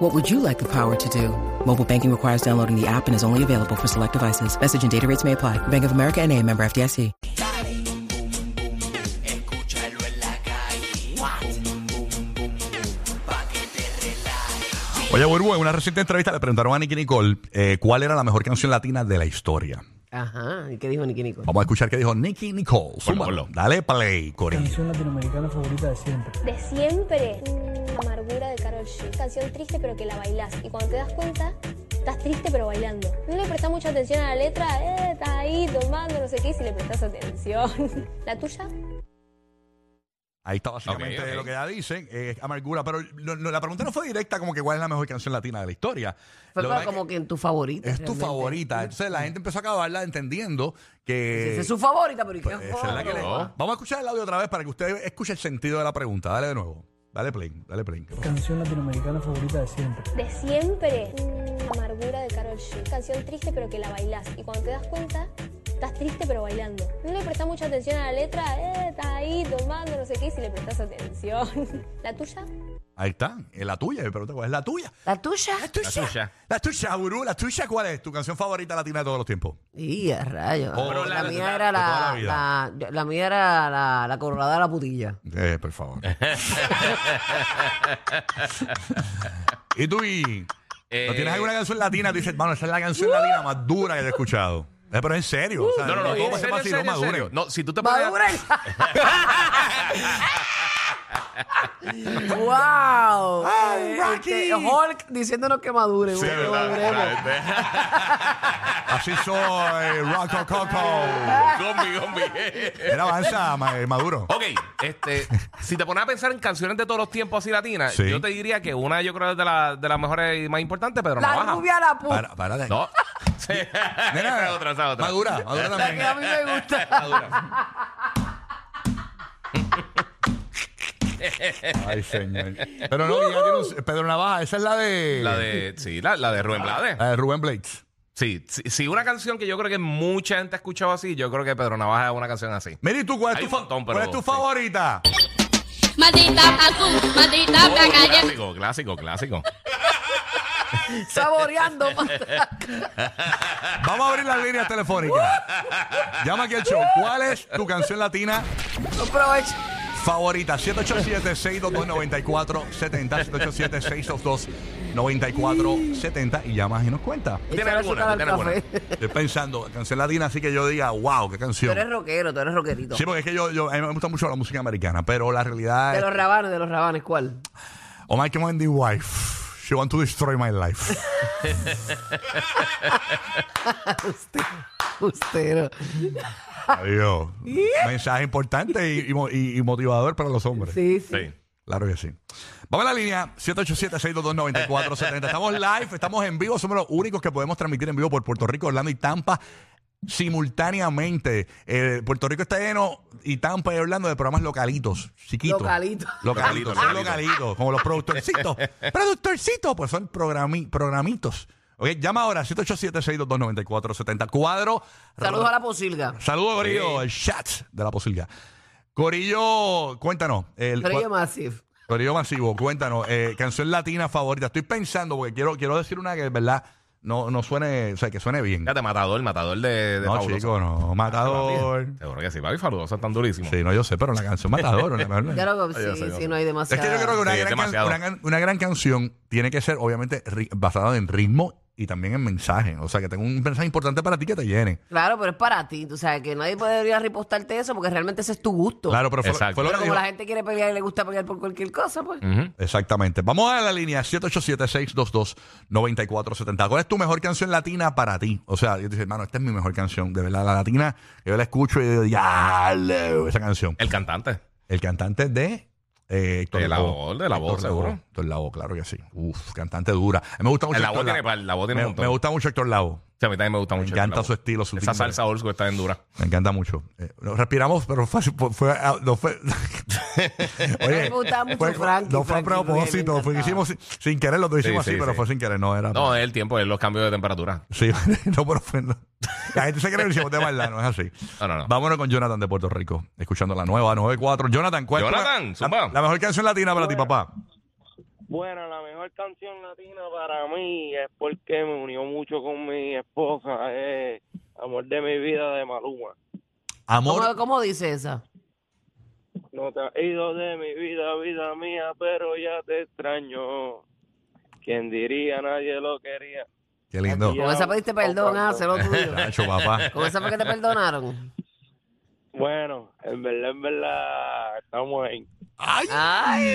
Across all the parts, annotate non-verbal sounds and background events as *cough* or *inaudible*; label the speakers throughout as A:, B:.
A: What would you like the power to do? Mobile banking requires downloading the app and is only available for select devices. Message and data rates may apply. Bank of America and a member FDIC.
B: Dale, boom, boom, boom, escúchalo en la calle. Boom, boom, boom, boom, pa' que te relajes.
C: Oye, Burbu, en una reciente entrevista le preguntaron a Nicky Nicole eh, cuál era la mejor canción latina de la historia.
D: Ajá, ¿y qué dijo Nicky Nicole?
C: Vamos a escuchar qué dijo Nicky Nicole. Súmalo. Dale play, Corín.
E: canción latinoamericana favorita de siempre.
F: de siempre. Amargura de Carol G. Canción triste pero que la bailás. Y cuando te das cuenta, estás triste pero bailando. No le prestás mucha atención a la letra, eh, estás ahí tomando no sé qué, y si le prestás atención. *laughs* ¿La tuya?
C: Ahí está básicamente
G: Ok, ok.
C: lo que ya dicen. eh, amargura. Pero no- no, la pregunta no fue directa como que cuál es la mejor canción latina de la historia.
D: Fue
C: Lo
D: como,
C: verdad es
D: como que en tu favorita.
C: que Eh, es tu
D: realmente.
C: favorita. Entonces la gente empezó a acabarla entendiendo
D: Esa
C: que...
D: es su favorita, pero ¿y qué
C: Pues, esa es la que le-
D: joda?
C: Vamos a escuchar el audio otra vez para que usted escuche el sentido de la pregunta. Dale de nuevo. Dale play, dale play.
E: Canción latinoamericana favorita de siempre.
F: De siempre. Amargura de Carol G. Canción triste pero que la bailás. Y cuando te das cuenta, estás triste pero bailando. No le prestás mucha atención a la letra, eh, estás ahí tomando no sé qué, y si le prestás atención. *laughs* ¿La tuya?
C: Ahí está. Es la tuya. Me pregunta cuál es la tuya.
D: ¿La tuya?
C: La tuya. La
G: La
C: tuya,
G: tuya.
C: Burú. La tuya, ¿cuál es? Tu canción favorita latina de todos los tiempos.
D: Y a rayos.
C: Oh,
D: la,
C: la-
D: mía
C: la-
D: era
C: de toda
D: la,
C: la vida.
D: la- la mía era la, la corralada de la putilla.
C: Eh, por
G: *laughs*
C: favor. ¿Y tú, y, ¿No
G: Eh, Uh.
C: tienes alguna canción latina? Tú dices, hermano, esa es la canción latina más dura que yo he escuchado. Eh, pero en serio. o sea,
G: No, no, no,
C: todo
G: en
C: ese
G: serio, en
C: vacilón
G: serio, en
C: madure.
G: serio. No, si tú te pones. a-
D: ¡Maduren! *laughs* ¡Wow! Eh,
C: Rocky.
D: este, Hulk diciéndonos que maduren.
C: Sí,
D: que
C: verdad,
D: maduremos.
C: Así soy, Rocco Coco.
G: Gombi, gombi.
C: Era avanza, ma- eh, Maduro.
G: Ok, este, si te pones a pensar en canciones de todos los tiempos así latinas,
C: Sí.
G: yo te diría que una yo creo es de, la- de las mejores y más importantes, pero
D: La
G: Navaja.
D: rubia la puta.
C: Para, para.
G: No. Sí. *laughs* Esa es otra, esa es otra.
C: Madura, madura
D: La que a
C: también.
D: mí me gusta.
C: Ay, señor. Pero no, ya tiene un- Pedro Navaja, esa es la de...
G: La de, sí, la, la de Rubén Blades.
C: la de Rubén Blades.
G: Sí, sí, sí, una canción que yo creo que mucha gente ha escuchado así, yo creo que Pedro Navaja es una canción así.
C: Mira, ¿y tú cuál es
G: Hay
C: tu,
G: un
C: fa-
G: montón, pero
C: cuál es tu
G: sí.
C: favorita?
H: Maldita azul, maldita
G: Oh,
H: blanca, ya-
G: clásico, clásico, clásico.
D: Saboreando.
C: *laughs* Vamos a abrir las líneas telefónicas. Llama aquí al show. ¿Cuál es tu canción latina
D: Aprovecho.
C: favorita? 787-622-9470. 787-622-9470. Y llamas y nos cuenta.
G: ¿Tienes alguna?
D: azúcar al
G: ¿Tienes alguna?
D: café.
C: Estoy pensando, canción latina, así que yo diga, wow, qué
D: Tú
C: canción.
D: eres rockero, tú eres rockerito.
C: Sí, porque es que yo, yo- a mí me gusta mucho la música americana, pero la realidad
D: De
C: es.
D: los rabanes, de los rabanes, ¿cuál? *laughs*
C: Oh my God, Wendy wife. She want to destroy my life.
D: Usted, usted.
C: Adiós.
D: *laughs*
C: Mensaje importante y, y mo- y- y motivador para los hombres.
D: Sí, sí.
G: Sí.
C: Claro que sí. Vamos a la línea 787-622-9470. Estamos live, estamos en vivo, somos los únicos que podemos transmitir en vivo por Puerto Rico, Orlando y Tampa simultáneamente. Eh, Puerto Rico está lleno y Tampa y Orlando de programas localitos, chiquitos.
D: Localito.
C: Localitos,
G: Localito,
C: son
G: localito.
C: localitos, como los productorcitos. productorcitos, pues son programi- programitos. Ok, llama ahora 787-622-9470. Cuadro.
D: Saludos a la posilga.
C: Saludos, Corillo, el chat de la posibilidad. Corillo, cuéntanos. El,
D: Pero
C: cua-
D: ella Massive.
C: Corillo Masivo, cuéntanos, eh, canción latina favorita. Estoy pensando, porque quiero, quiero decir una que, ¿verdad? No, no suene, o sea, que suene bien.
G: Fíjate, matador, matador de, de
C: No,
G: Fabuloso.
C: chico, no. Matador.
G: Seguro que sí, papi, fabuloso, están durísimos.
C: Sí, no, yo sé, pero la canción Matador.
D: *laughs*
C: una- una-
D: Ya lo sí,
G: yo sé, yo
D: sí,
G: sé.
D: no hay
C: Es
D: demasiado.
C: que yo creo que una,
G: Sí,
C: gran, can-
G: demasiado.
C: una gran- una gran canción tiene que ser, obviamente, ri- basada en ritmo y también en mensaje. O sea, que tenga un mensaje importante para ti que te llene.
D: Claro, pero es para ti. Tú sabes que nadie podría repostarte eso porque realmente ese es tu gusto.
C: Claro, pero fue,
G: Exacto.
C: fue lo
D: pero
C: que
D: como
C: dijo-
D: la gente quiere pelear y le gusta pelear por cualquier cosa, pues.
G: Ujú.
C: Exactamente. Vamos a la línea 787-622-9470. ¿Cuál es tu mejor canción latina para ti? O sea, yo te digo, hermano, esta es mi mejor canción. De verdad, la latina, yo la escucho y digo, ya, esa canción. El,
G: El cantante.
C: cantante de... Eh, Héctor
G: De La
C: Lavoe.
G: Voz, de La Voz,
C: Héctor
G: seguro.
C: Lavoe, Héctor Lavoe, claro que sí. Uf, cantante dura. A mí me gusta mucho
G: La
C: Héctor
G: voz tiene
C: Lavoe.
G: par, la voz tiene
C: me,
G: un montón.
C: me gusta mucho Héctor Lavoe.
G: sea, a mí también me gusta mucho.
C: encanta
G: Carnaval.
C: su estilo, su
G: Esa
C: timbre.
G: salsa old school está bien dura.
C: Me encanta mucho. Eh, no, respiramos, pero fue. fue, fue- ah, no fue.
D: *laughs* Me gustaba mucho
C: fue-
D: Frankie,
C: No fue a
D: Frankie Ruiz,
C: propósito.
D: me
C: Fue que
D: encantaba.
C: hicimos sin, sin querer, lo dos hicimos
G: Sí,
C: así,
G: sí,
C: pero
G: sí.
C: fue sin querer, Ah, no era.
G: No, eh. es el tiempo, es los cambios de temperatura.
C: Sí, *laughs* no, pero fue. no. La gente se cree que lo hicimos de maldad, no es así.
G: No, *laughs* no, no.
C: Vámonos con Jonathan de Puerto Rico, escuchando la nueva 94. Jonathan, ¿cuál es tu-
G: Jonathan,
C: la,
G: zumba.
C: la mejor canción latina para ti, papá?
I: Bueno, la mejor canción latina para mí es porque me unió mucho con mi esposa, es Amor de mi vida de Maluma.
D: ¿Cómo,
C: Amor.
D: cómo dice esa?
I: No te has ido de mi vida, vida mía, pero ya te extraño. Quien diría, nadie lo quería.
C: Qué lindo.
I: Ya.
D: Con esa pediste perdón, ah, hacer lo
C: *laughs*
D: tuyo.
C: Chacho, papá.
D: Con esa fue que
C: *laughs*
D: te perdonaron.
I: Bueno, en verdad, en verdad, estamos ahí.
C: Ay.
D: Ay,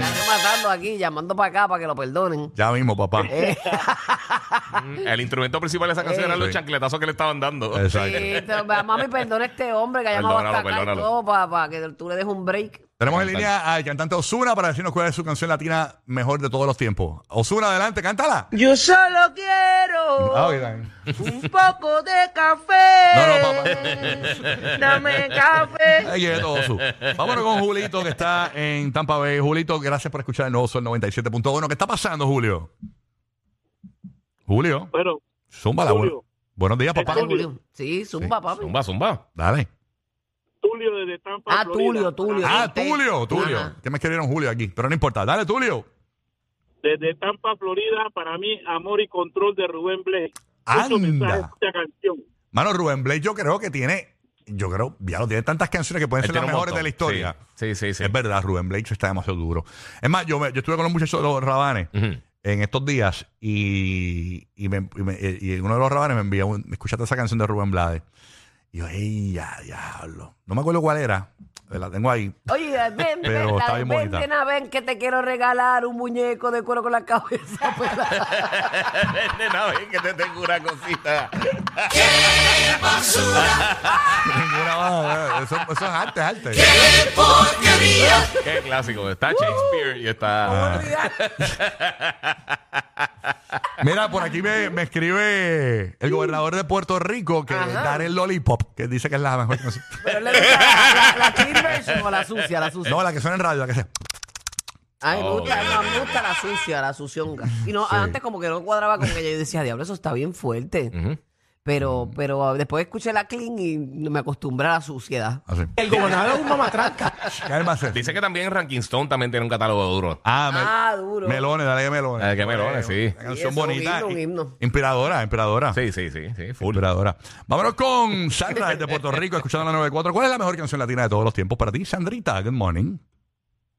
D: están matando aquí, llamando para acá para que lo perdonen.
C: Ya mismo, papá.
G: Mm, el instrumento principal de esa canción eran los
C: Sí.
G: chancletazos que le estaban dando.
C: Exacto.
D: Sí, Eh, te- mami, perdona a este hombre que ha llamado hasta
G: Perdónalo,
D: acá y
G: perdónalo.
D: todo para, para que tú le des un break.
C: Tenemos en
G: Cantante.
C: línea al cantante Osuna para decirnos cuál es su canción latina mejor de todos los tiempos. Osuna, adelante, cántala.
J: Yo solo quiero
C: Ah, ok, dale.
J: un poco de café.
C: No, no,
J: Dame café.
C: Ay, quieto, Osu. Vámonos con Julito, que está en Tampa Bay. Julito, gracias por escuchar el nuevo Sol 97.1. ¿Qué está pasando, Julio? Julio,
I: Bueno,
C: zumba la
I: Julio.
C: Buenos días, papá.
D: Dale, Julio. Sí, zumba, papi.
G: Zumba, zumba.
C: Dale.
I: Tulio desde Tampa,
D: Ah, Tulio, Tulio.
C: Ah,
D: Gente.
C: Tulio, Tulio.
D: Ajá.
C: Que me escribieron Julio aquí, pero no importa. Dale, Tulio.
I: Desde Tampa, Florida, para mí, Amor y Control de Rubén Blake.
C: Mucho Anda. mensaje en
I: esta canción.
C: Mano, Rubén Blake, yo creo que tiene, yo creo, ya lo tiene tantas canciones que pueden
G: Él
C: ser las
G: tiene un
C: mejores
G: montón.
C: de la historia.
G: Sí, sí, sí. sí.
C: Es verdad, Rubén Blake está demasiado duro. Es más, yo, me- yo estuve con los muchachos de los Rabanes
G: Ujú.
C: en estos días y, y, me- y me- y uno de los Rabanes me envía, un, escuchaste esa canción de Rubén Blades. Y yo, ¡ey, ya, diablo! No me acuerdo cuál era, la tengo ahí. *laughs*
D: Oye, ven,
C: Pero
D: ven,
C: está
D: dale,
C: bien
D: ven,
C: bonita.
D: ven a ver que te quiero regalar un muñeco de cuero con
C: *laughs*
D: la cabeza. pelada.
G: *laughs* Nena, ven que te tengo una cosita.
C: Ninguna más, eso, eso es arte, es arte.
G: Qué clásico. Está Shakespeare y está.
C: Ah. Mira, por aquí me, me escribe el gobernador de Puerto Rico, que es Darel Lollipop, que dice que es la mejor canción.
D: Pero le gusta la, la, la clean version o la sucia, la sucia.
C: No, la que suena en radio, la que sea.
D: Ay, me
G: Oh.
D: gusta, no, me gusta la sucia, la sucionga. Y no, antes como que no cuadraba con ella. Yo decía, diablo, eso está bien fuerte. Pero, pero después escuché la clean y me acostumbré a la suciedad.
C: Así.
J: El gobernador es un mamatranca.
C: Cálmase.
G: Dice que también Ranking Stone también tiene un catálogo duro.
C: Ah, me-
D: Ah, duro.
C: Melones, dale que melones.
G: Dale que melones, sí.
C: Una
D: Sí, eso
C: canción
D: es un
C: bonita.
D: himno, un himno.
C: Inspiradora, inspiradora.
G: Sí, sí, sí. sí full.
C: Inspiradora. Vámonos con Sandra desde Puerto Rico, escuchando la 94. ¿Cuál es la mejor canción latina de todos los tiempos para ti, Sandrita? Good morning.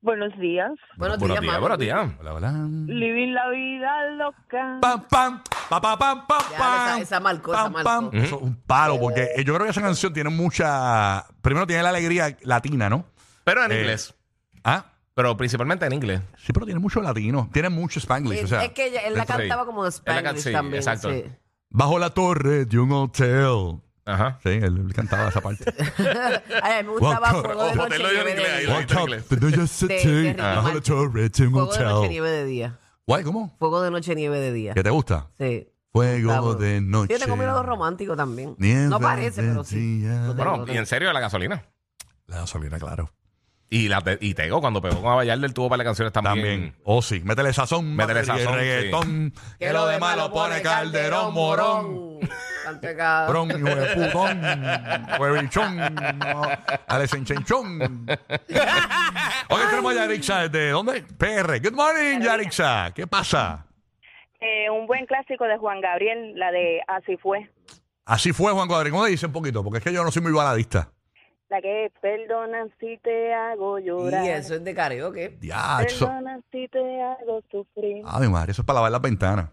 J: Buenos días.
D: Buenos
G: Buenos
D: días,
G: días,
D: mami.
G: buenos días.
C: Hola, hola.
J: Living la vida loca.
C: Pam, pam, pa, pa, pam, pam,
D: Ya,
C: pam.
D: esa- esa marcó, esa
C: pam, pam.
D: marcó.
C: Eso es un palo, porque eh, yo creo que esa canción tiene mucha. Primero tiene la alegría latina, ¿no?
G: Pero en
C: Eh.
G: inglés.
C: Ah,
G: Pero principalmente en inglés.
C: sí, pero tiene mucho latino. Tiene mucho spanglish.
D: Es,
C: o sea,
D: es que ella- él la
G: dentro de-
D: cantaba como de
G: él la can-
D: Spanglish
G: sí,
D: también.
G: exacto.
D: sí. *laughs*
C: bajo la torre de un hotel.
G: Ajá.
C: Sí, él, él cantaba esa parte.
D: Ay, a mí me gustaba
C: Wow,
D: Fuego de
G: oh,
D: Noche
G: te lo digo
D: Nieve
G: en
D: de Día.
G: inglés, ahí
C: Walk up
G: inglés.
C: to the
D: De- de
C: city,
D: Ricky
C: bajo la
D: Martin.
C: torre de un
D: Fuego de Noche
C: hotel.
D: Nieve de Día.
C: Guay, ¿cómo?
D: Fuego de Noche Nieve de Día.
C: ¿Qué te gusta?
D: Sí.
C: Fuego
D: Está
C: de
D: bueno.
C: noche.
D: Sí, tengo miedo romántico también.
C: Nieve
D: no parece,
C: de
D: pero sí.
C: día.
D: Lo tengo,
G: Bueno,
D: lo
G: y
D: tengo.
G: en serio, la gasolina.
C: La gasolina, claro.
G: Y, la te- y Tego, cuando pegó con Abayar del tubo para las canciones
C: También. Oh, sí. Métele sazón.
G: Métele
C: batería y
G: sazón, sí.
C: reggaetón. Que lo demás lo pone Calderón Morón.
D: Canto acá.
C: Morón, hijo de putón. Huevichón. no, Alex Enchenchón. Hoy tenemos a Yarixa. ¿Desde dónde? PR. Good morning, Yarixa. ¿Qué pasa?
J: Eh, un buen clásico de Juan Gabriel, la de Así fue.
C: Así fue, Juan Cuadrín. ¿Cómo dice un poquito? Porque es que yo no soy muy baladista.
J: La que perdona si te hago llorar.
D: Y eso es de karaoke.
C: Diacho.
J: si te hago sufrir.
C: Ay, madre, eso es para lavar las ventanas.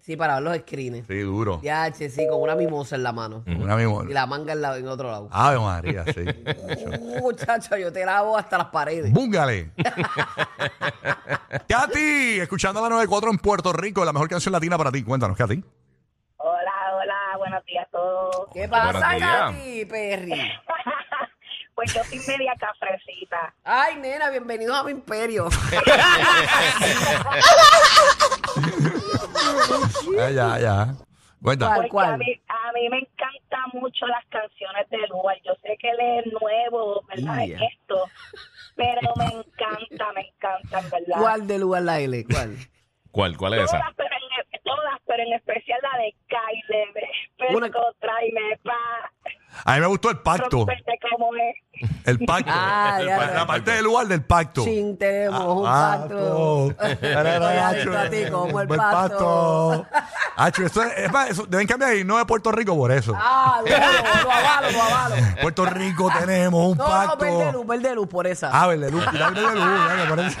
D: Sí, para ver los screens.
C: Sí, duro.
D: Ya, che, sí, con una mimosa en la mano.
C: Una misma.
D: Y la manga en, la- en otro lado.
C: Ave María, sí.
D: Muchacho, yo te lavo hasta las paredes.
C: Búngale. Katy, escuchando la 94 en Puerto Rico, la mejor canción latina para ti. Cuéntanos, Katy.
J: Hola, hola, buenos días a todos.
D: ¿Qué
G: Buenos
D: pasa,
G: días.
D: Katy, Perry?
J: pues yo soy media cafrecita.
D: Ay, nena, bienvenidos a mi imperio.
C: Ya, ya, ya. Cuenta.
J: Porque
D: cuál?
J: A, mí, a mí me encantan mucho las canciones de Luar. Yo sé que él es nuevo, ¿verdad? En
D: Yeah.
J: esto. Pero me encanta, me encanta, en ¿verdad?
D: ¿Cuál de lugar la L? ¿Cuál?
G: ¿Cuál, cuál es
J: Todas,
G: esa?
J: pero en, e, todas, pero en especial la de Kyle.
D: Una-
J: Pesco, tráeme pa.
C: A mí me gustó el pacto.
J: Rompete como es.
C: El pacto.
D: Ah,
C: El
D: ya,
C: pa-
D: ya.
C: la parte del lugar del pacto.
D: Chin, tenemos un
C: Ah,
D: pacto. Voy a decirte a ti como el pacto.
C: Hacho, eso es, es más, eso- deben cambiar el himno de Puerto Rico por eso.
D: Ah, lo avalo, lo avalo, lo avalo.
C: Puerto Rico tenemos un
D: No, no,
C: pacto.
D: verde luz, verde luz por esa.
C: Ah, verde luz, dale verde luz, ya que parece.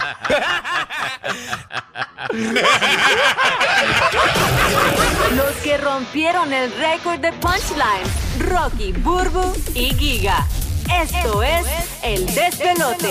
K: Los que rompieron el récord de punchline, Rocky, Burbu y Giga. Esto es El Despelote.